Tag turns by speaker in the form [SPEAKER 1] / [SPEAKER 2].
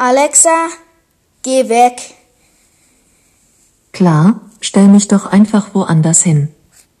[SPEAKER 1] Alexa, geh weg.
[SPEAKER 2] Klar, stell mich doch einfach woanders hin.